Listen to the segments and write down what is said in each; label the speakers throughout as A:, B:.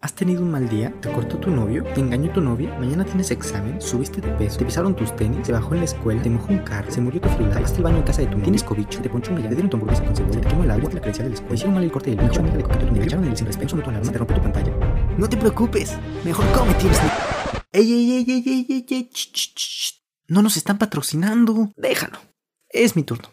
A: ¿Has tenido un mal día? ¿Te cortó tu novio? ¿Te engañó tu novia? ¿Mañana tienes examen? ¿Subiste de peso? ¿Te pisaron tus tenis? ¿Se bajó en la escuela? ¿Te mojó un carro? ¿Se murió tu celular? ¿Hiciste el baño en casa de tu novia? ¿Tienes cobicho? ¿Te ponchó un millar? ¿Te dieron tu hamburguesa con cebolla? ¿Te quemó el agua? ¿Te la credencial de la escuela? ¿Hicieron mal el corte del bicho? ¿Amiga le coqueteó tu novio? ¿Echaron el sin respeto? ¿Sonó tu alarma? ¿Te rompió tu pantalla?
B: No te preocupes, mejor come tips.
A: ¡Ey, ey, ey, ey, ey, ey, ey! ch, ch, ch, ch. No nos están patrocinando. Déjalo. Es mi turno.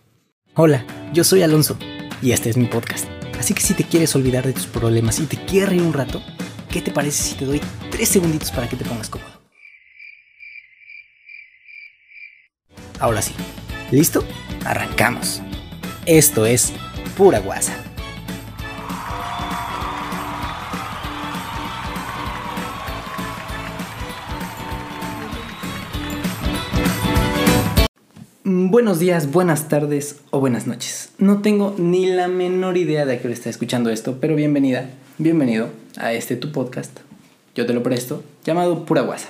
A: Hola, yo soy Alonso y este es mi podcast. Así que si te quieres olvidar de tus problemas y te quieres reír un rato, ¿qué te parece si te doy tres segunditos para que te pongas cómodo? Ahora sí. ¿Listo? Arrancamos. Esto es pura guasa. Mm, Buenos días, buenas tardes o buenas noches. No tengo ni la menor idea de a qué hora está escuchando esto, pero bienvenida, bienvenido a este tu podcast. Yo te lo presto, llamado Pura Guasa.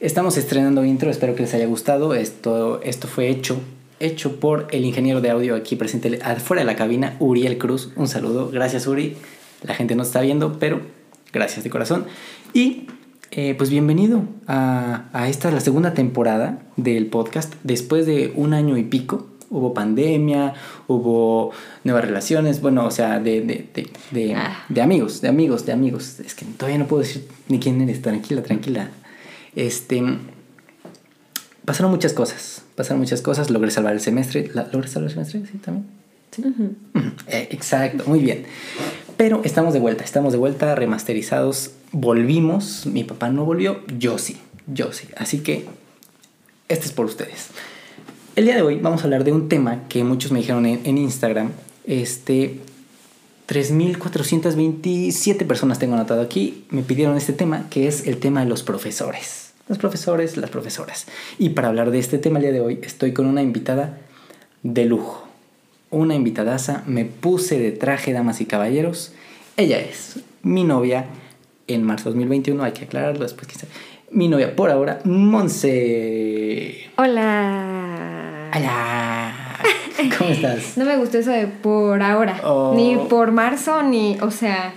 A: Estamos estrenando intro, espero que les haya gustado. Esto, esto fue hecho, hecho por el ingeniero de audio aquí presente afuera de la cabina, Uriel Cruz. Un saludo, gracias Uri. La gente no está viendo, pero gracias de corazón. Y eh, pues bienvenido a, a esta, la segunda temporada del podcast. Después de un año y pico, hubo pandemia, hubo nuevas relaciones, bueno, o sea, de, de, de, de,
B: Ah.
A: de amigos, de amigos, de amigos. Es que todavía no puedo decir ni quién eres, tranquila, tranquila. Este, pasaron muchas cosas, pasaron muchas cosas, logré salvar el semestre. ¿La- ¿Logré salvar el semestre? Sí, también. Eh, Exacto, muy bien. Pero estamos de vuelta, estamos de vuelta, remasterizados, volvimos, mi papá no volvió, yo sí, yo sí. Así que, este es por ustedes. El día de hoy vamos a hablar de un tema que muchos me dijeron en, en Instagram. Este, 3.427 personas tengo anotado aquí, me pidieron este tema, que es el tema de los profesores. Los profesores, las profesoras. Y para hablar de este tema el día de hoy, estoy con una invitada de lujo. Una invitadaza, me puse de traje, damas y caballeros. Ella es mi novia en marzo 2021, hay que aclararlo después quizá. Mi novia por ahora, Monse.
B: Hola.
A: Hola. ¿Cómo estás?
B: No me gustó eso de por ahora,
A: Oh.
B: ni por marzo, ni, o sea,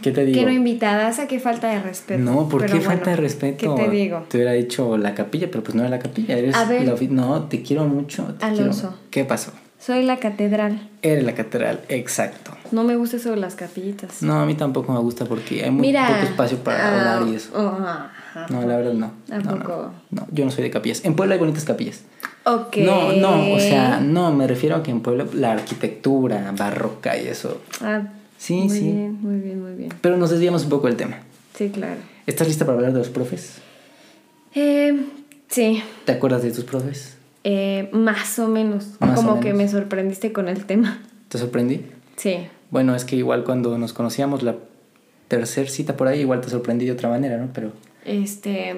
A: ¿Qué te digo?
B: que no invitadas, a qué falta de respeto.
A: No, ¿por
B: Pero
A: qué
B: bueno,
A: falta de respeto?
B: ¿Qué te digo?
A: Te hubiera dicho la capilla, pero pues no era la capilla. Eres
B: A ver.
A: la ofi- no, te quiero mucho. te quiero-
B: Alonso.
A: ¿Qué pasó?
B: Soy la catedral.
A: Eres la catedral, exacto.
B: No me gusta eso de las capillitas.
A: No, a mí tampoco me gusta porque hay muy
B: Mira.
A: poco espacio para
B: Ah,
A: hablar y eso.
B: oh, ajá.
A: No, la verdad no.
B: ¿A
A: no, no,
B: poco?
A: no, yo no soy de capillas. En Puebla hay bonitas capillas.
B: Ok.
A: No, no, o sea, no, me refiero a que en Puebla la arquitectura barroca y eso.
B: Ah,
A: Sí,
B: muy
A: sí.
B: bien, muy bien, muy bien.
A: Pero nos desviamos un poco del tema.
B: Sí, claro.
A: ¿Estás lista para hablar de los profes?
B: Eh, sí,
A: ¿Te acuerdas de tus profes?
B: eh, más o menos.
A: Más o
B: Como que me
A: menos.
B: sorprendiste con el tema.
A: ¿Te sorprendí?
B: Sí.
A: Bueno, es que igual cuando nos conocíamos la tercer cita por ahí, igual te sorprendí de otra manera, ¿no? Pero,
B: Este.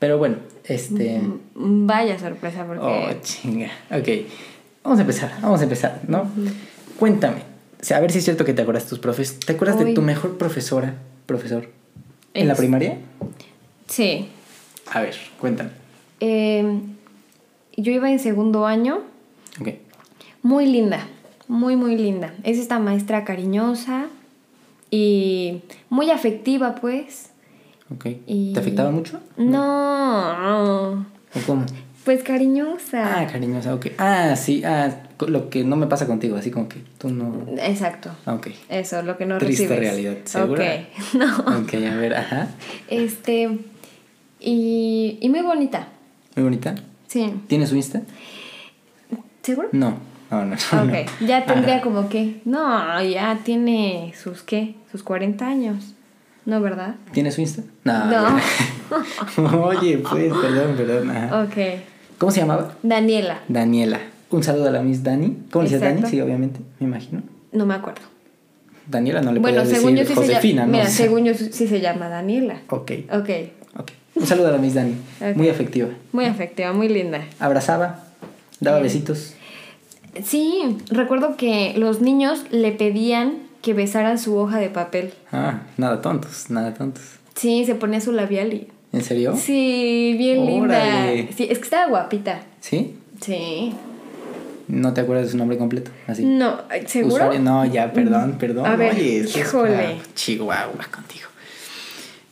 A: pero bueno, este...
B: Mm, Vaya sorpresa, porque.
A: Oh, chinga. Ok. Vamos a empezar, vamos a empezar, ¿no? Cuéntame. o sea, a ver si es cierto que te acuerdas de tus profes. ¿Te acuerdas de
B: Uy.
A: tu mejor profesora, profesor? ¿En la
B: Es-
A: primaria?
B: Sí.
A: A ver, cuéntame.
B: Eh, yo iba en segundo año.
A: Ok.
B: Muy linda. Muy, muy linda. Es esta maestra cariñosa y muy afectiva, pues.
A: Ok.
B: Y-
A: ¿Te afectaba mucho?
B: No. no.
A: ¿O cómo?
B: Pues cariñosa.
A: Ah, cariñosa, ok. Ah, sí, ah, co- lo que no me pasa contigo, así como que tú no.
B: Exacto.
A: Ah, ok.
B: Eso, lo que no
A: Triste
B: recibes.
A: realidad, ¿segura? Mm.
B: Ok. No.
A: Ok, a ver, ajá.
B: Este. Y, y muy bonita.
A: Muy bonita.
B: Sí.
A: ¿Tienes su Insta?
B: ¿Seguro?
A: No, no, Ah, no. no,
B: Ok,
A: no.
B: ya tendría
A: Ajá.
B: como que. No, ya tiene sus qué? Sus 40 años. ¿No, verdad?
A: ¿Tienes su Insta? No.
B: No.
A: ya. Oye, pues, perdón, perdón. ajá.
B: Ok.
A: ¿Cómo se llamaba?
B: Daniela,
A: Daniela. Un saludo a la Miss Dani. ¿Cómo le decías
B: Exacto.
A: Dani? Sí, obviamente, me imagino.
B: no me acuerdo.
A: Daniela no le
B: Bueno,
A: podías
B: según yo
A: decir
B: sí se
A: Josefina,
B: llama.
A: ¿no?
B: Mira,
A: O sea,
B: según yo sí se llama Daniela.
A: Ok,
B: Ok.
A: ok. Un saludo a la Miss Dani.
B: Ok.
A: Muy afectiva.
B: Muy afectiva, muy linda.
A: Abrazaba, daba besitos.
B: Sí, recuerdo que los niños le pedían que besaran su hoja de papel.
A: Ah, nada tontos, nada tontos.
B: Sí, se ponía su labial y.
A: ¿En serio?
B: Sí, bien
A: Órale.
B: linda. Sí, es que estaba guapita.
A: ¿Sí?
B: Sí.
A: No te acuerdas de su nombre completo. Así.
B: No,
A: Pues,
B: ¿seguro? Mm,
A: Usuario- No, ya, perdón, perdón.
B: A ver,
A: Oye, es que es
B: híjole.
A: para Chihuahua contigo.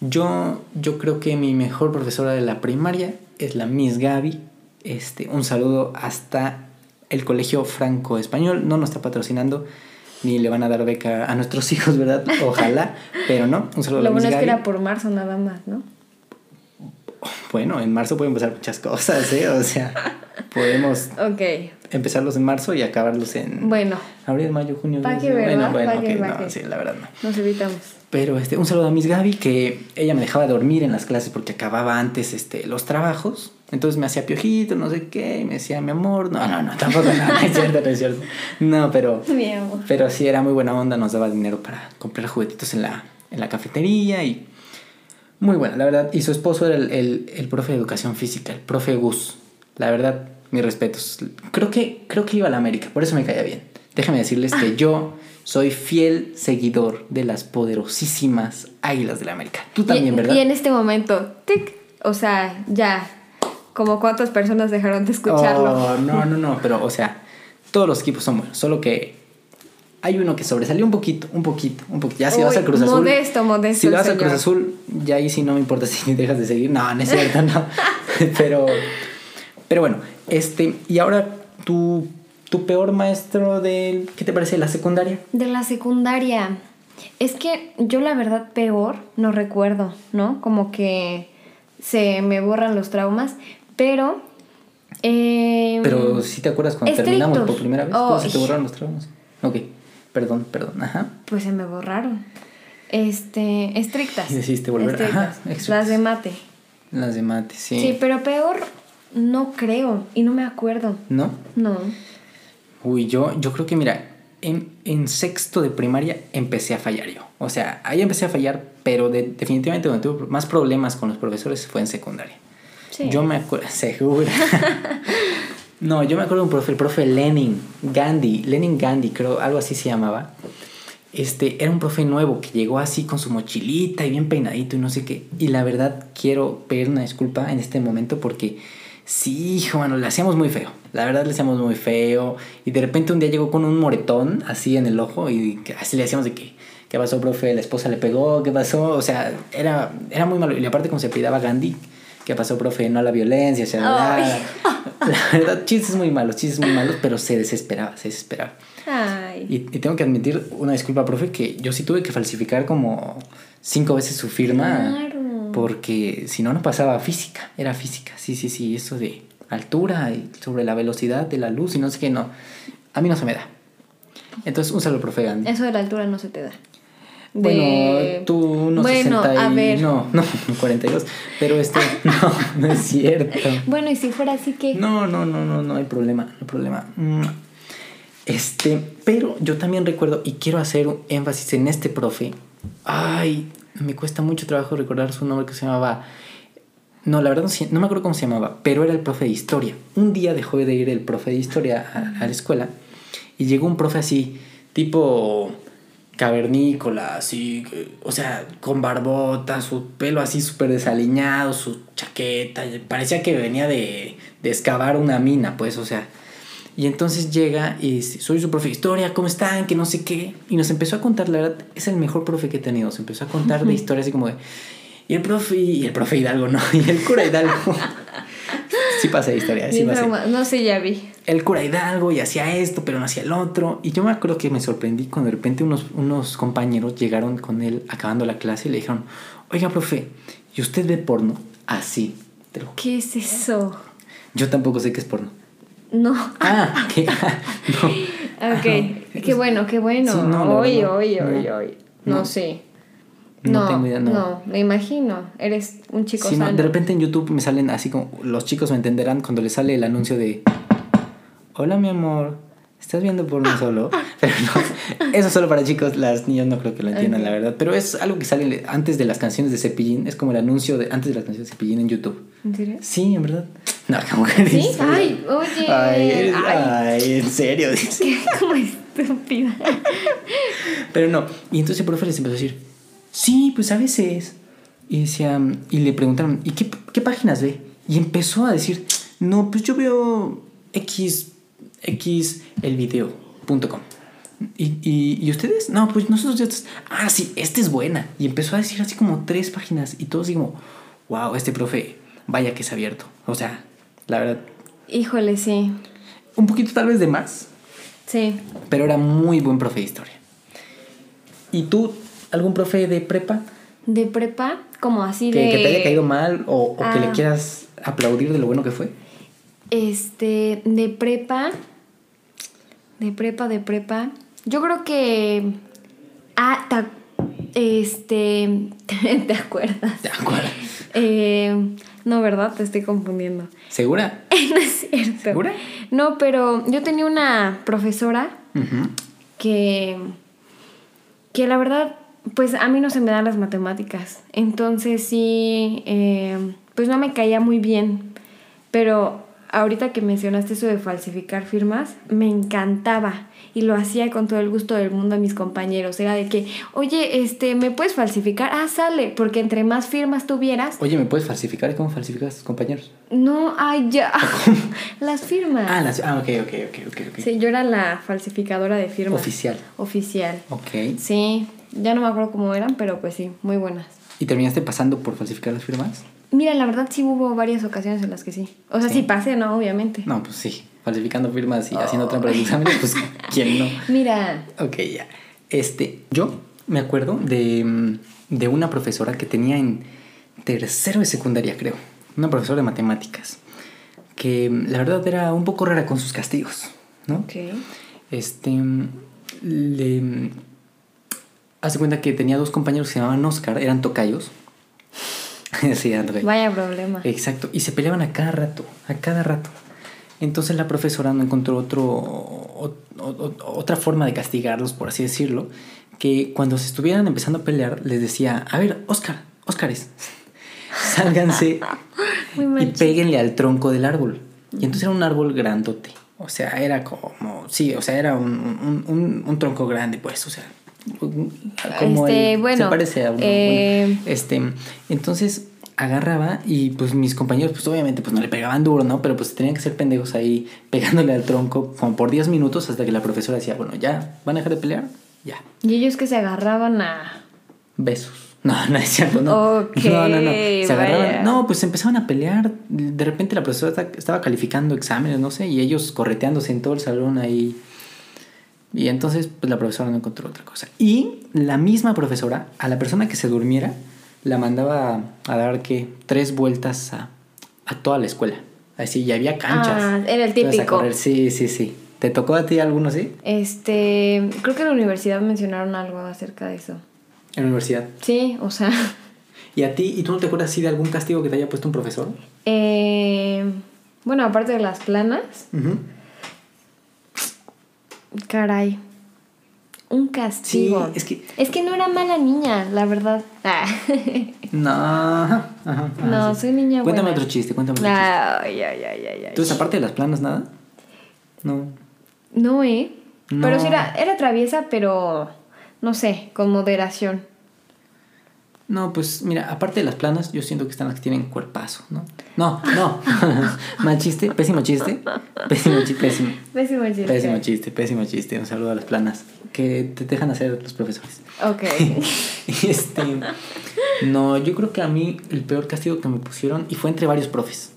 A: Yo, yo creo que mi mejor profesora de la primaria es la Miss Gaby. Este, un saludo hasta el Colegio Franco Español. No nos está patrocinando ni le van a dar beca a nuestros hijos, ¿verdad? Ojalá, pero no. Un saludo
B: Lo
A: a la
B: bueno
A: Miss
B: es que
A: Gaby.
B: era por marzo nada más, ¿no?
A: Bueno, en marzo pueden pasar muchas cosas, ¿eh? O sea, podemos
B: Ok,
A: empezarlos en marzo y acabarlos en
B: bueno,
A: abril, mayo, junio.
B: Pa'
A: julio,
B: que, ¿verdad?
A: Bueno, bueno,
B: Pa' que,
A: ok,
B: pa'
A: no,
B: que.
A: sí, la verdad no.
B: nos evitamos.
A: Pero este, un saludo a Miss Gaby, que ella me dejaba dormir en las clases porque acababa antes este, los trabajos. Entonces me hacía piojito, no sé qué, y me decía mi amor. No, no, no, tampoco, no, no es cierto, no es cierto. No, pero,
B: Mi amor.
A: pero sí era muy buena onda, nos daba dinero para comprar juguetitos en la, en la cafetería y. Muy buena, la verdad. Y su esposo era el, el, el profe de educación física, el profe Gus. La verdad, mis respetos. Creo que, creo que iba a la América, por eso me caía bien. Déjenme decirles que yo soy fiel seguidor de las poderosísimas Águilas del América. Tú también,
B: y,
A: ¿verdad?
B: y en este momento, tic, o sea, ya, como cuántas personas dejaron de escucharlo.
A: Oh, no, no, no, pero o sea, todos los equipos son buenos, solo que hay uno que sobresalió un poquito, un poquito, un poquito. Ya si vas
B: Uy,
A: al Cruz Azul.
B: modesto, modesto
A: Si
B: el
A: vas al
B: señor.
A: Cruz Azul, ya ahí sí no me importa si dejas de seguir. No, no es cierto, no. pero, pero bueno, este, y ahora tu, tu peor maestro del. ¿Qué te parece? ¿La secundaria?
B: De la secundaria. Es que yo la verdad peor no recuerdo, ¿no? Como que se me borran los traumas, pero... eh,
A: Pero si te acuerdas cuando terminamos por
B: Estrictos.
A: primera vez,
B: Oh,
A: ¿cómo se te
B: ay.
A: borraron los traumas? Ok, perdón, perdón, ajá.
B: Pues se me borraron. Este, estrictas.
A: Y decidiste volver.
B: Estrictas.
A: Ajá, estrictas.
B: Las de mate.
A: Las de mate, sí.
B: Sí, pero peor no creo y no me acuerdo.
A: ¿No?
B: No.
A: Uy, yo, yo creo que mira, en, en sexto de primaria empecé a fallar yo. O sea, ahí empecé a fallar, pero de- definitivamente donde tuve más problemas con los profesores fue en secundaria.
B: Sí.
A: Yo me acuerdo, seguro. no, yo me acuerdo de un profe, el profe Lenin, Gandhi, Lenin Gandhi, creo, algo así se llamaba. Este, era un profe nuevo que llegó así con su mochilita y bien peinadito y no sé qué. Y la verdad quiero pedir una disculpa en este momento porque sí, hijo, mano, le hacíamos muy feo. La verdad le hacíamos muy feo. Y de repente un día llegó con un moretón así en el ojo y así le hacíamos de que, ¿qué pasó, profe? La esposa le pegó, ¿qué pasó? O sea, era, era muy malo. Y aparte como se pidaba Gandhi, ¿qué pasó, profe? No a la violencia, o sea, la
B: Ay.
A: verdad, la verdad, chistes muy malos, chistes muy malos, pero se desesperaba, se desesperaba.
B: Ay.
A: Y, y tengo que admitir una disculpa, profe, que yo sí tuve que falsificar como cinco veces su firma.
B: Claro.
A: Porque si no, no pasaba física. Era física. Sí, sí, sí. Eso de altura y sobre la velocidad de la luz y no sé qué, no. A mí no se me da. Entonces, un saludo, profe Gandhi.
B: Eso de la altura no se te da.
A: Bueno, tú unos
B: Bueno,
A: 60 y...
B: a ver.
A: No, no, 42. Pero este, no, no es cierto.
B: Bueno, y si fuera así que.
A: No, no, no, no, no hay problema, no hay problema. Mm. Este, pero yo también recuerdo y quiero hacer un énfasis en este profe. Ay, me cuesta mucho trabajo recordar su nombre que se llamaba. No, la verdad no, sé- no me acuerdo cómo se llamaba, pero era el profe de historia. Un día dejó de ir el profe de historia a, a la escuela y llegó un profe así, tipo cavernícola, así, que- o sea, con barbota, su pelo así súper desaliñado, su chaqueta, parecía que venía de, de excavar una mina, pues, o sea. Y entonces llega y dice, soy su profe de historia, ¿cómo están? Que no sé qué. Y nos empezó a contar, la verdad, es el mejor profe que he tenido, se empezó a contar de historias así como de... Y el profe, y el profe Hidalgo, no, y el cura Hidalgo. sí pasé de historia, sí
B: Bien
A: pasé
B: trauma- no sé, ya vi.
A: el cura Hidalgo y hacía esto, pero no hacía el otro. Y yo me acuerdo que me sorprendí cuando de repente unos, unos compañeros llegaron con él acabando la clase y le dijeron, oiga, profe, ¿y usted ve porno? Así. te lo ju-
B: ¿Qué es eso?
A: Yo tampoco sé qué es porno.
B: No.
A: Ah, que... no.
B: Ok. Qué bueno, qué bueno.
A: Sí, no, la
B: hoy,
A: verdad,
B: hoy,
A: no.
B: hoy, hoy. No, sé.
A: No
B: No,
A: tengo idea, no.
B: no, me imagino. Eres un chico
A: Sí, no,
B: sano.
A: de repente en YouTube me salen así como los chicos me entenderán cuando les sale el anuncio de Hola mi amor, ¿estás viendo porno solo? Pero no, eso es solo para chicos, las niñas no creo que lo entiendan, la verdad. Pero es algo que sale antes de las canciones de Cepillín, es como el anuncio de antes de las canciones de Cepillín en YouTube.
B: ¿En serio?
A: Sí, en verdad. No, como que
B: ¿Sí?
A: dices,
B: Ay, oye.
A: Ay, eres-
B: Ay.
A: ay, en serio. dices.
B: Como estúpida.
A: Pero no. Y entonces el profe les empezó a decir, sí, pues a veces. Y, decía, y le preguntaron, ¿y qué, qué páginas ve? Y empezó a decir, no, pues yo veo X, X, el video.com. ¿Y, y, y ustedes? No, pues nosotros ya. estás- Ah, sí, esta es buena. Y empezó a decir así como tres páginas. Y todos así como, wow, este profe, vaya que es abierto. O sea, la verdad,
B: Híjole, sí.
A: un poquito tal vez de más,
B: Sí.
A: pero era muy buen profe de historia. ¿Y tú, algún profe de prepa
B: De prepa, como así
A: que,
B: de.
A: que te haya caído mal o, o que le
B: Ah.
A: quieras aplaudir de lo bueno que fue?
B: Este, de prepa. De prepa, de prepa. Yo creo que. Ah, ta- este. ¿Te acuerdas?
A: ¿Te acuerdas?
B: Eh, no, ¿verdad? Te estoy confundiendo.
A: ¿Segura?
B: no es cierto.
A: ¿Segura?
B: No, pero yo tenía una profesora
A: Ujú.
B: que, que la verdad, pues a mí no se me dan las matemáticas. Entonces sí, eh, pues no me caía muy bien. Pero ahorita que mencionaste eso de falsificar firmas, me encantaba. Y lo hacía con todo el gusto del mundo a mis compañeros. Era de que, oye, este, ¿me puedes falsificar? Ah, sale. Porque entre más firmas tuvieras,
A: Oye, ¿me puedes falsificar? ¿Cómo falsificas a tus compañeros?
B: no, ay, ya. las firmas.
A: Ah, las- ah, ok, ok, ok, ok. ok.
B: Sí, yo era la falsificadora de firmas.
A: Oficial.
B: Oficial.
A: Ok.
B: Sí, ya no me acuerdo cómo eran, pero pues sí, muy buenas.
A: ¿Y terminaste pasando por falsificar las firmas?
B: Mira, la verdad sí hubo varias ocasiones en las que sí. O sea,
A: Sí.
B: sí, pasé, ¿no? Obviamente.
A: No, pues sí. Falsificando firmas y haciendo trampa en los exámenes, pues quién no.
B: Mira,
A: Ok, ya. Este, yo me acuerdo de, mm, de una profesora que tenía en tercero de secundaria, creo. Una profesora de matemáticas. Que mm, la verdad era un poco rara con sus castigos, ¿no?
B: ok.
A: Este. mm, Le. mm, Hace cuenta que tenía dos compañeros que se llamaban Oscar, eran tocayos. sí, eran tocayos.
B: Vaya problema.
A: Exacto, y se peleaban a cada rato, a cada rato. Entonces la profesora no encontró otro, o- o- o- otra forma de castigarlos, por así decirlo, que cuando se estuvieran empezando a pelear les decía, a ver, Oscar, Óscares, sálganse
B: Muy
A: y
B: mal.
A: péguenle al tronco del árbol. Y entonces era un árbol grandote, o sea, era como, sí, o sea, era un, un- un- un tronco grande, pues, o sea, un- como
B: Este,
A: el- se
B: bueno,
A: parece a uno,
B: eh,
A: bueno. Este, entonces agarraba y pues mis compañeros pues obviamente pues no le pegaban duro, ¿no? Pero pues tenían que ser pendejos ahí pegándole al tronco como por 10 minutos hasta que la profesora decía, bueno, ya, ¿van a dejar de pelear? Ya,
B: Y ellos que se agarraban a...
A: besos. No, no es cierto, no.
B: Ok,
A: no, no, no. Se agarraban.
B: vaya.
A: No, pues empezaban a pelear. De repente la profesora ta- estaba calificando exámenes, no sé, y ellos correteándose en todo el salón ahí. Y entonces, pues la profesora no encontró otra cosa. Y la misma profesora, a la persona que se durmiera, la mandaba a dar que tres vueltas a, a toda la escuela. Así, y había canchas.
B: Ah, era el
A: Entonces, a
B: típico.
A: correr. Sí, sí, sí. ¿Te tocó a ti alguno así?
B: Este, creo que en la universidad mencionaron algo acerca de eso.
A: En la universidad.
B: Sí, o sea...
A: ¿Y a ti? ¿Y tú no te acuerdas así de algún castigo que te haya puesto un profesor?
B: eh, bueno, aparte de las planas,
A: Ujú.
B: Caray. Un castigo.
A: Sí, es que-
B: Es que no era mala niña, la verdad. Ah.
A: No. ajá, ajá,
B: No,
A: Ah, sí.
B: soy niña
A: Cuéntame
B: buena.
A: otro chiste, cuéntame otro chiste.
B: Ay, ay, ay, ay, ay.
A: Entonces, aparte de las planas, nada. No.
B: No, ¿eh?
A: No.
B: Pero sí era, era traviesa, pero no sé, con moderación.
A: No, pues mira, aparte de las planas, yo siento que están las que tienen cuerpazo, ¿no? No, no. Mal chiste, pésimo chiste. Pésimo chiste, pésimo.
B: Pésimo chiste.
A: Pésimo chiste, pésimo chiste. Un saludo a las planas que te dejan hacer los profesores.
B: Ok.
A: este, no, yo creo que a mí el peor castigo que me pusieron, y fue entre varios profes,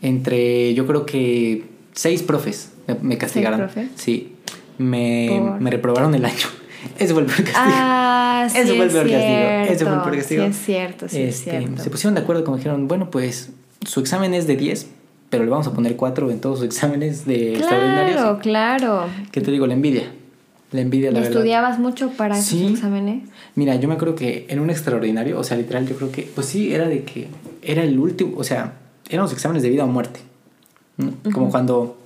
A: entre yo creo que seis profes me, me castigaron.
B: profes?
A: Sí, me,
B: Por-
A: me reprobaron el año. Ese fue el peor castigo.
B: Ah, sí.
A: Ese fue el peor castigo. Ese fue el
B: cierto,
A: peor castigo.
B: Sí, es cierto, sí, es
A: Este,
B: cierto.
A: Se pusieron de acuerdo como dijeron, bueno, pues su examen es de 10, pero le vamos a poner 4 en todos sus exámenes de
B: Claro,
A: extraordinarios.
B: claro.
A: ¿Qué te digo? La envidia. La envidia, la
B: ¿Y
A: verdad.
B: estudiabas mucho para
A: Sí.
B: esos exámenes?
A: Mira, yo me acuerdo que en un extraordinario, o sea, literal, yo creo que, pues sí, era de que era el último, o sea, eran los exámenes de vida o muerte. ¿no? Como cuando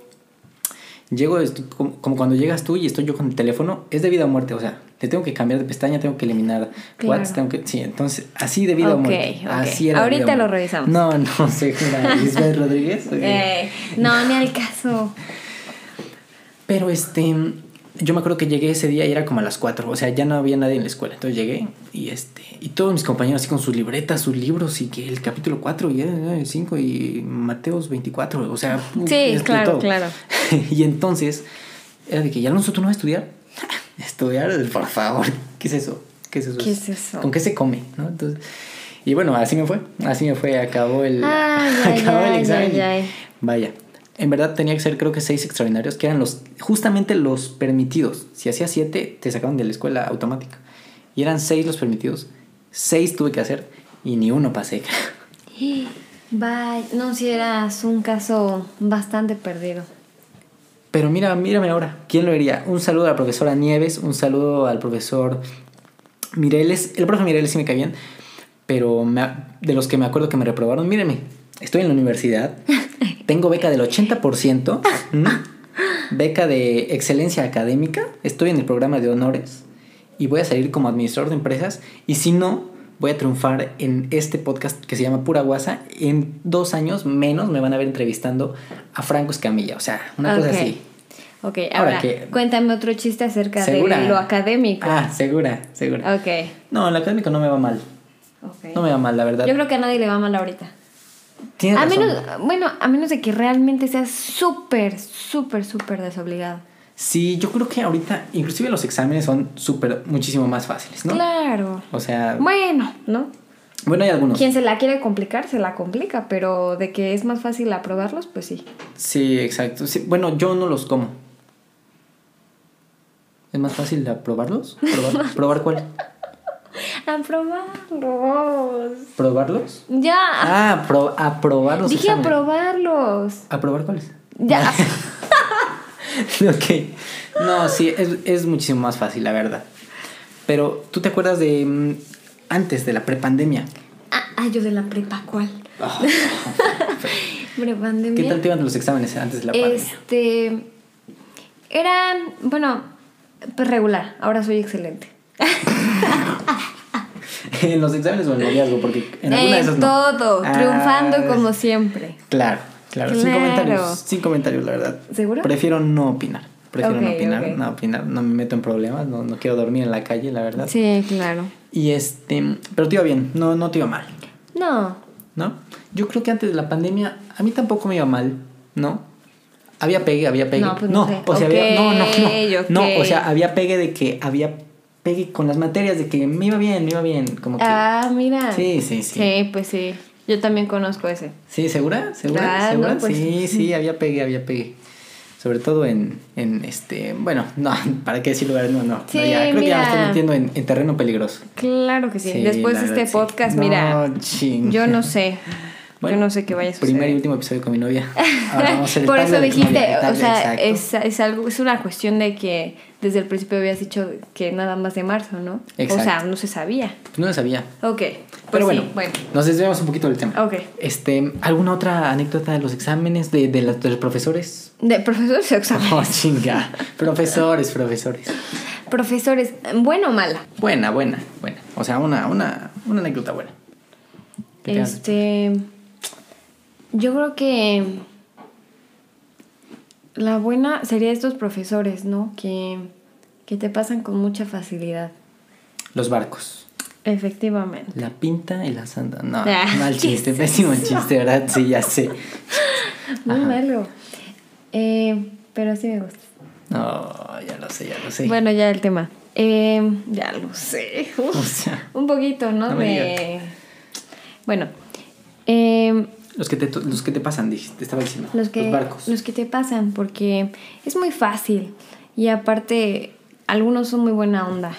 A: llego, estu- como, como cuando llegas tú y estoy yo con el teléfono, es de vida o muerte, o sea, te tengo que cambiar de pestaña, tengo que eliminar
B: Claro.
A: WhatsApp, tengo que, sí, entonces, así de vida o
B: Ok,
A: muerte.
B: ok.
A: Así era de
B: Ahorita
A: vida o
B: lo
A: muerte.
B: revisamos.
A: No, no, señora Lisbeth Rodríguez. ok.
B: Eh, no, ni al caso.
A: Pero este, yo me acuerdo que llegué ese día y era como a las 4, o sea, ya no había nadie en la escuela. Entonces llegué y este, y todos mis compañeros así con sus libretas, sus libros y que el capítulo 4 y eh, el 5 y Mateos 24, o sea,
B: Sí,
A: este,
B: claro, claro.
A: y entonces era de que ya Alonso, tú no vas a estudiar. Estudiar, por favor. ¿Qué es eso? ¿Qué es eso?
B: ¿Qué es eso?
A: ¿Con qué se come? ¿no? Entonces, y bueno, así me fue. Así me fue. Acabó el,
B: Ay, ay,
A: acabó el
B: ay,
A: examen.
B: ay, ay.
A: Vaya. En verdad tenía que ser creo que seis extraordinarios, que eran los justamente los permitidos. Si hacías siete, te sacaban de la escuela automática. Y eran seis los permitidos. Seis tuve que hacer y ni uno pasé.
B: Vaya, no, si eras un caso bastante perdido.
A: Pero mira, mírame ahora, ¿quién lo diría? Un saludo a la profesora Nieves, un saludo al profesor Mireles. El profe Mireles sí me cae bien, pero me- de los que me acuerdo que me reprobaron, míreme, estoy en la universidad, tengo beca del 80%, ¿m? beca de excelencia académica, estoy en el programa de honores y voy a salir como administrador de empresas y si no, voy a triunfar en este podcast que se llama Pura Guasa. En dos años menos me van a ver entrevistando a Franco Escamilla, o sea, una
B: Ok.
A: cosa así.
B: Ok,
A: Ahora
B: ahora,
A: que-
B: cuéntame otro chiste acerca
A: ¿Segura?
B: de lo académico.
A: Ah, segura, segura.
B: Ok,
A: No, en lo académico no me va mal.
B: ok.
A: No me va mal, la verdad.
B: Yo creo que a nadie le va mal ahorita.
A: Tienes
B: A
A: razón.
B: menos, bueno, a menos de que realmente seas súper, súper, súper desobligado.
A: Sí, yo creo que ahorita inclusive los exámenes son súper muchísimo más fáciles, ¿no?
B: Claro.
A: O sea, bueno,
B: Bueno, ¿no?
A: hay algunos.
B: Quien se la quiere complicar, se la complica, pero de que es más fácil aprobarlos, pues sí.
A: Sí, exacto. Sí, bueno, yo no los como. ¿Es más fácil aprobarlos? ¿Probar, ¿Probar cuál?
B: Aprobarlos.
A: ¿Probarlos?
B: Ya.
A: Ah, pro- aprobar los
B: Dije
A: exámenes.
B: aprobarlos.
A: ¿Aprobar cuáles?
B: Ya.
A: ok. No, sí, es, es muchísimo más fácil, la verdad. Pero, ¿tú te acuerdas de mm, antes de la prepandemia?
B: ah, ah, yo de la prepa, ¿cuál?
A: Ah,
B: Prepandemia.
A: ¿Qué tal te iban los exámenes antes de la pandemia?
B: Este. Eran, bueno, pues regular. Ahora soy excelente.
A: ¿En los exámenes o en el noviazgo? Porque en alguna de esas no.
B: todo,
A: Ah,
B: triunfando como siempre.
A: Claro, claro, Sin
B: Claro.
A: comentarios, sin comentarios, la verdad.
B: ¿Seguro?
A: Prefiero no opinar. Prefiero no
B: Ok,
A: opinar,
B: ok.
A: no opinar, no me meto en problemas, no, no quiero dormir en la calle, la verdad.
B: Sí, claro.
A: Y este, pero te iba bien, no, no te iba mal.
B: No.
A: ¿no? Yo creo que antes de la pandemia a mí tampoco me iba mal, ¿no? Había pegue, había pegue. No,
B: No, pues no sé.
A: o sea, había, no, no, no,
B: Ok, ok.
A: no, o sea, había pegue de que había pegue con las materias de que me iba bien, me iba bien, como que
B: Ah, mira.
A: Sí, sí, sí.
B: Sí, pues sí. Yo también conozco ese.
A: Sí, ¿segura? ¿Segura?
B: Ah,
A: ¿Segura?
B: no, pues.
A: Sí, sí, había pegue, había pegue. Sobre todo en, en este, bueno, no, ¿para qué decir lugares? No, no, no,
B: Sí,
A: ya, creo que ya me estoy
B: mira.
A: metiendo en, en terreno peligroso.
B: Claro que sí.
A: Sí,
B: Después
A: la
B: de este
A: verdad, sí.
B: podcast,
A: No,
B: mira,
A: chin.
B: yo no sé.
A: Bueno,
B: yo no sé qué vaya a suceder.
A: Primer y último episodio con mi novia. Ahora vamos a hacer el
B: Por
A: tango
B: eso
A: de
B: dijiste,
A: exnovia, el
B: o
A: tango,
B: sea,
A: exacto.
B: es, es algo, es una cuestión de que desde el principio habías dicho que nada más de marzo, ¿no?
A: Exacto.
B: O sea, no se sabía.
A: Pues no lo sabía.
B: Ok. pues
A: Pero bueno,
B: sí, bueno.
A: nos desviamos un poquito del tema.
B: Ok.
A: Este, ¿Alguna otra anécdota de los exámenes, de, de, las- de los profesores?
B: De profesores o examen.
A: Oh, chinga. profesores, profesores.
B: Profesores, ¿buena o mala?
A: Buena, buena, buena. O sea, una, una, una anécdota buena. ¿Qué te hace?
B: Este. Yo creo que. La buena sería estos profesores, ¿no? Que, que te pasan con mucha facilidad.
A: Los barcos.
B: Efectivamente.
A: La pinta y la santa. No,
B: Ah,
A: mal chiste, pésimo chiste, ¿verdad? Sí, ya sé.
B: Muy malo. Eh, pero sí me gusta.
A: No, ya lo sé, ya lo sé.
B: Bueno, ya el tema. Eh, ya lo sé.
A: O sea,
B: Un poquito, ¿no?
A: No me
B: De... Bueno. eh,
A: los que te, to- los que te pasan, dije, te estaba diciendo.
B: los que,
A: los barcos.
B: los que te pasan, porque es muy fácil. Y aparte, algunos son muy buena onda,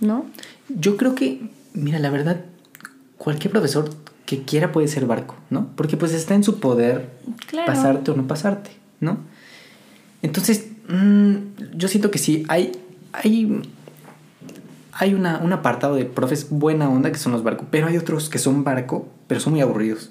B: ¿no?
A: Yo creo que, mira, la verdad, cualquier profesor que quiera puede ser barco, ¿no? Porque pues está en su poder
B: Claro.
A: pasarte o no pasarte, ¿no? Entonces, mm, yo siento que sí, hay, hay, hay una, un apartado de profes buena onda que son los barcos, pero hay otros que son barco, pero son muy aburridos.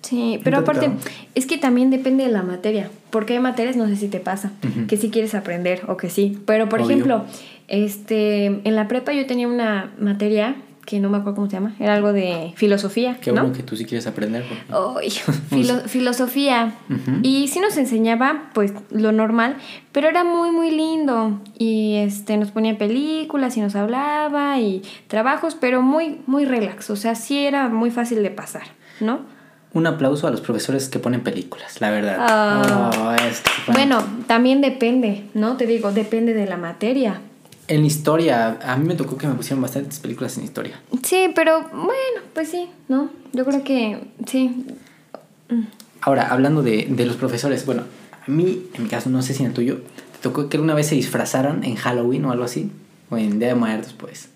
B: Sí, pero aparte,
A: Intentado.
B: es que también depende de la materia, porque hay materias, no sé si te pasa, que sí quieres aprender o que sí, pero por
A: Obvio.
B: ejemplo, este, en la prepa yo tenía una materia que no me acuerdo cómo se llama, era algo de filosofía,
A: Qué
B: ¿no?
A: bueno que tú sí quieres aprender. porque-
B: Ay, filo- filosofía. Y sí nos enseñaba, pues, lo normal, pero era muy, muy lindo. Y este, nos ponía películas y nos hablaba y trabajos, pero muy, muy relax. O sea, sí era muy fácil de pasar, ¿no?
A: Un aplauso a los profesores que ponen películas, la verdad.
B: Ah.
A: Oh, es que se ponen-
B: Bueno, también depende, ¿no? Te digo, depende de la materia.
A: En historia, a mí me tocó que me pusieron bastantes películas en historia.
B: Sí, pero bueno, pues sí, ¿no? Yo creo que sí.
A: Ahora, hablando de, de los profesores, bueno, a mí, en mi caso, no sé si en el tuyo, te tocó que alguna vez se disfrazaran en Halloween o algo así, o en Día de Muertos, pues.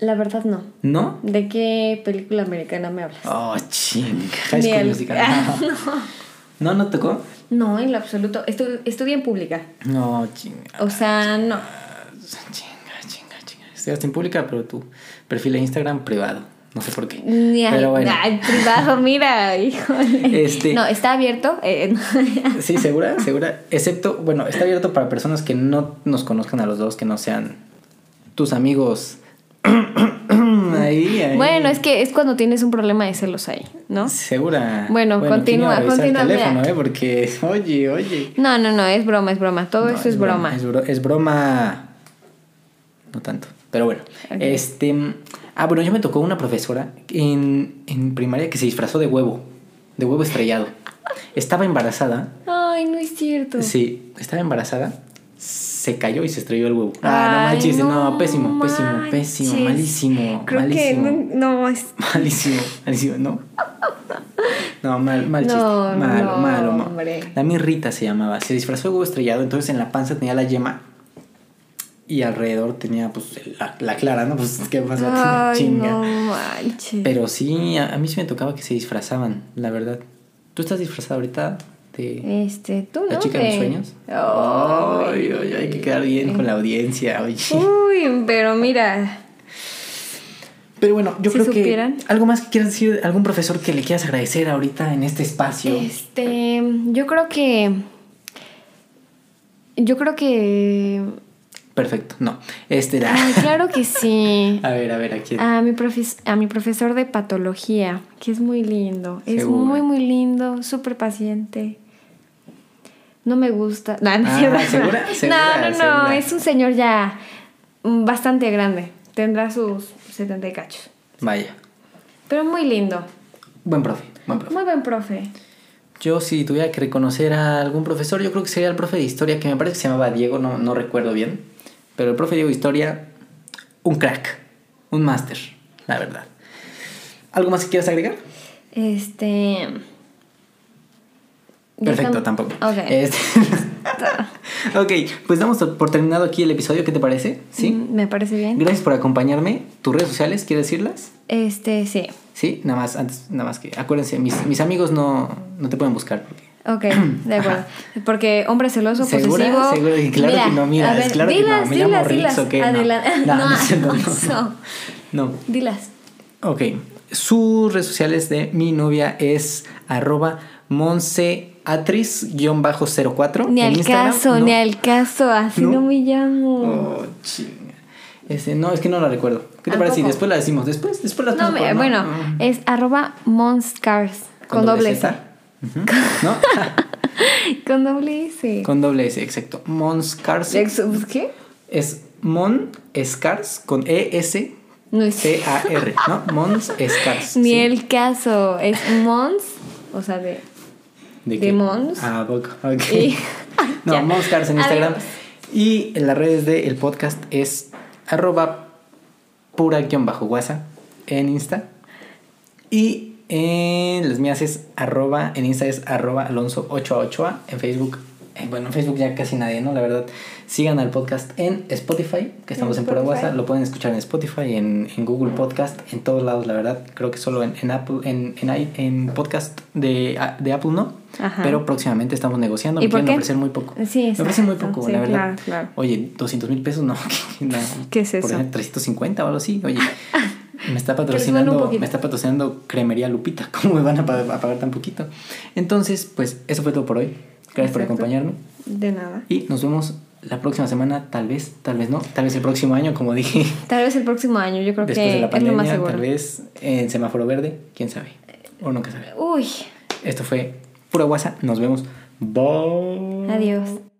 B: La verdad no.
A: ¿No?
B: ¿De qué película americana me hablas?
A: Oh, ching, High School
B: Ni el-
A: Musical. No. no, no tocó.
B: No, en lo absoluto. Estu- estudié en pública.
A: No, chinga.
B: O sea, no.
A: Chinga, chinga, chinga. Estudiaste en pública, pero tu perfil de Instagram privado. No sé por qué.
B: Ni al,
A: pero bueno.
B: al privado, mira, híjole.
A: Este-
B: No, está abierto. eh, no.
A: Sí, segura, segura. Excepto, bueno, está abierto para personas que no nos conozcan a los dos, que no sean tus amigos. ahí, ahí.
B: Bueno, es que es cuando tienes un problema de celos ahí, ¿no?
A: Segura.
B: Bueno, continúa,
A: ¿quién iba a revisar
B: continúa,
A: El teléfono,
B: mira.
A: ¿eh? Porque, oye, oye.
B: No, no, no, es broma, es broma. Todo
A: No,
B: eso es broma.
A: Es, bro- es broma. No tanto. Pero bueno.
B: Ok.
A: Este. Ah, bueno, yo me tocó una profesora en, en primaria que se disfrazó de huevo. De huevo estrellado. Estaba embarazada.
B: Ay, no es cierto.
A: Sí, estaba embarazada. Se cayó y se estrelló el huevo. Ah,
B: Ay,
A: no manches. No, pésimo, pésimo,
B: manches.
A: pésimo, malísimo.
B: Creo
A: malísimo.
B: que no, no, es-
A: Malísimo, malísimo, ¿no? No, mal, mal
B: No,
A: chiste. Malo,
B: no,
A: malo, malo.
B: hombre.
A: La mi Rita se llamaba. Se disfrazó de huevo estrellado, entonces en la panza tenía la yema. Y alrededor tenía, pues, la, la clara, ¿no? Pues, ¿qué más va a tener?
B: Ay,
A: Chinga.
B: no manches.
A: Pero sí, a, a mí sí me tocaba que se disfrazaban, la verdad. ¿Tú estás disfrazada ahorita de
B: Este, tú no.
A: la chica de mis
B: Ve.
A: sueños?
B: Ay.
A: Ay, ay, hay que quedar bien con la audiencia, oye.
B: Uy, pero mira.
A: Pero bueno, yo
B: Si
A: creo
B: supieran.
A: que algo más que quieras decir, algún profesor que le quieras agradecer ahorita en este espacio.
B: Este, yo creo que. Yo creo que.
A: Perfecto, no. Este era.
B: Ay, claro que sí.
A: A ver, a ver, aquí.
B: A mi, profes- a mi profesor de patología, que es muy lindo. Es
A: Seguro.
B: muy, muy lindo, súper paciente. No me gusta. No, no, es
A: Ah,
B: cierto.
A: ¿segura? Segura,
B: no, no, no,
A: segura.
B: es un señor ya mm, bastante grande. Tendrá sus 70 y cachos.
A: Vaya.
B: Pero muy lindo.
A: Buen profe, buen profe.
B: Muy buen profe.
A: Yo si tuviera que reconocer a algún profesor, yo creo que sería el profe de historia, que me parece que se llamaba Diego, no, no recuerdo bien. Pero el profe Diego de historia, un crack, un máster, la verdad. ¿Algo más que quieras agregar?
B: Este.
A: Perfecto,
B: Déjame-
A: tampoco.
B: Ok.
A: Este- ok, pues damos por terminado aquí el episodio, ¿qué te parece? Sí.
B: Mm, Me parece bien.
A: Gracias por acompañarme. ¿Tus redes sociales, quieres decirlas?
B: Este, sí.
A: Sí, nada más, antes, nada más que acuérdense, mis, mis amigos no, no te pueden buscar. Porque...
B: Ok, de acuerdo. Porque hombre celoso,
A: ¿Segura?
B: posesivo.
A: Segura, y claro que no, mira, es claro que no. Me llamo Rix, ¿o qué? No.
B: Adelante.
A: No,
B: No,
A: no es cierto, no.
B: Alfonso.
A: No.
B: Dilas.
A: Ok. Sus redes sociales de mi novia es arroba monseatriz-04.
B: Ni
A: en
B: al
A: Instagram,
B: caso,
A: ¿no?
B: ni al caso. Así
A: No.
B: no, me llamo.
A: Oh, chinga. Este, no, es que no la recuerdo. ¿Qué te
B: Tampoco.
A: parece si después la decimos? Después, después la
B: No,
A: hacemos
B: me-
A: por-
B: bueno,
A: Mm.
B: es arroba monscars. Con doble S.
A: Z. Ujú, ¿No?
B: Con doble S.
A: con doble S, exacto. Monscars.
B: ¿Qué?
A: Es Mon Scars con E S
B: No es
A: C A R, ¿no? Mons Scars.
B: Ni
A: ¿sí?
B: el caso. Es mons. O sea, de.
A: ¿De,
B: de
A: qué?
B: Mons.
A: Ah, poco. Ok.
B: y-
A: No,
B: Ya.
A: Mons Scars en Instagram.
B: Adiós.
A: Y en las redes del podcast es arroba pura guión bajo guasa en Insta. Y en las mías es arroba, en Insta es arroba alonso8a8a, en Facebook. eh, Bueno, en Facebook ya casi nadie, ¿no? La verdad. Sigan al podcast en Spotify, que estamos en, Pura
B: Spotify.
A: Guasa. Lo pueden escuchar en Spotify, en, en Google Podcast, en todos lados, la verdad. Creo que solo en, en Apple, en, en, i- en podcast de, a- de Apple no.
B: Ajá.
A: Pero próximamente estamos negociando.
B: ¿Y
A: Me
B: por
A: quieren
B: qué?
A: ofrecer muy poco.
B: Sí,
A: Me ofrecen muy
B: exacto.
A: poco,
B: Sí,
A: la verdad.
B: claro, claro.
A: Oye, 200 mil pesos, no. no.
B: ¿Qué es
A: Por
B: eso?
A: ejemplo, 350 o algo así. Oye, me está
B: les suene un
A: patrocinando,
B: poquito.
A: me está patrocinando Cremería Lupita. ¿Cómo me van a, pa- a pagar tan poquito? Entonces, pues eso fue todo por hoy. Gracias por
B: Exacto.
A: acompañarme
B: De nada.
A: y nos vemos la próxima semana, tal vez, tal vez no, tal vez el próximo año, como dije,
B: Tal vez el próximo año, yo creo
A: después
B: que
A: de la
B: es lo más
A: pandemia,
B: seguro.
A: tal vez en semáforo verde, quién sabe, o nunca sabe.
B: Uy,
A: Esto fue pura guasa, nos vemos. Bye.
B: adiós.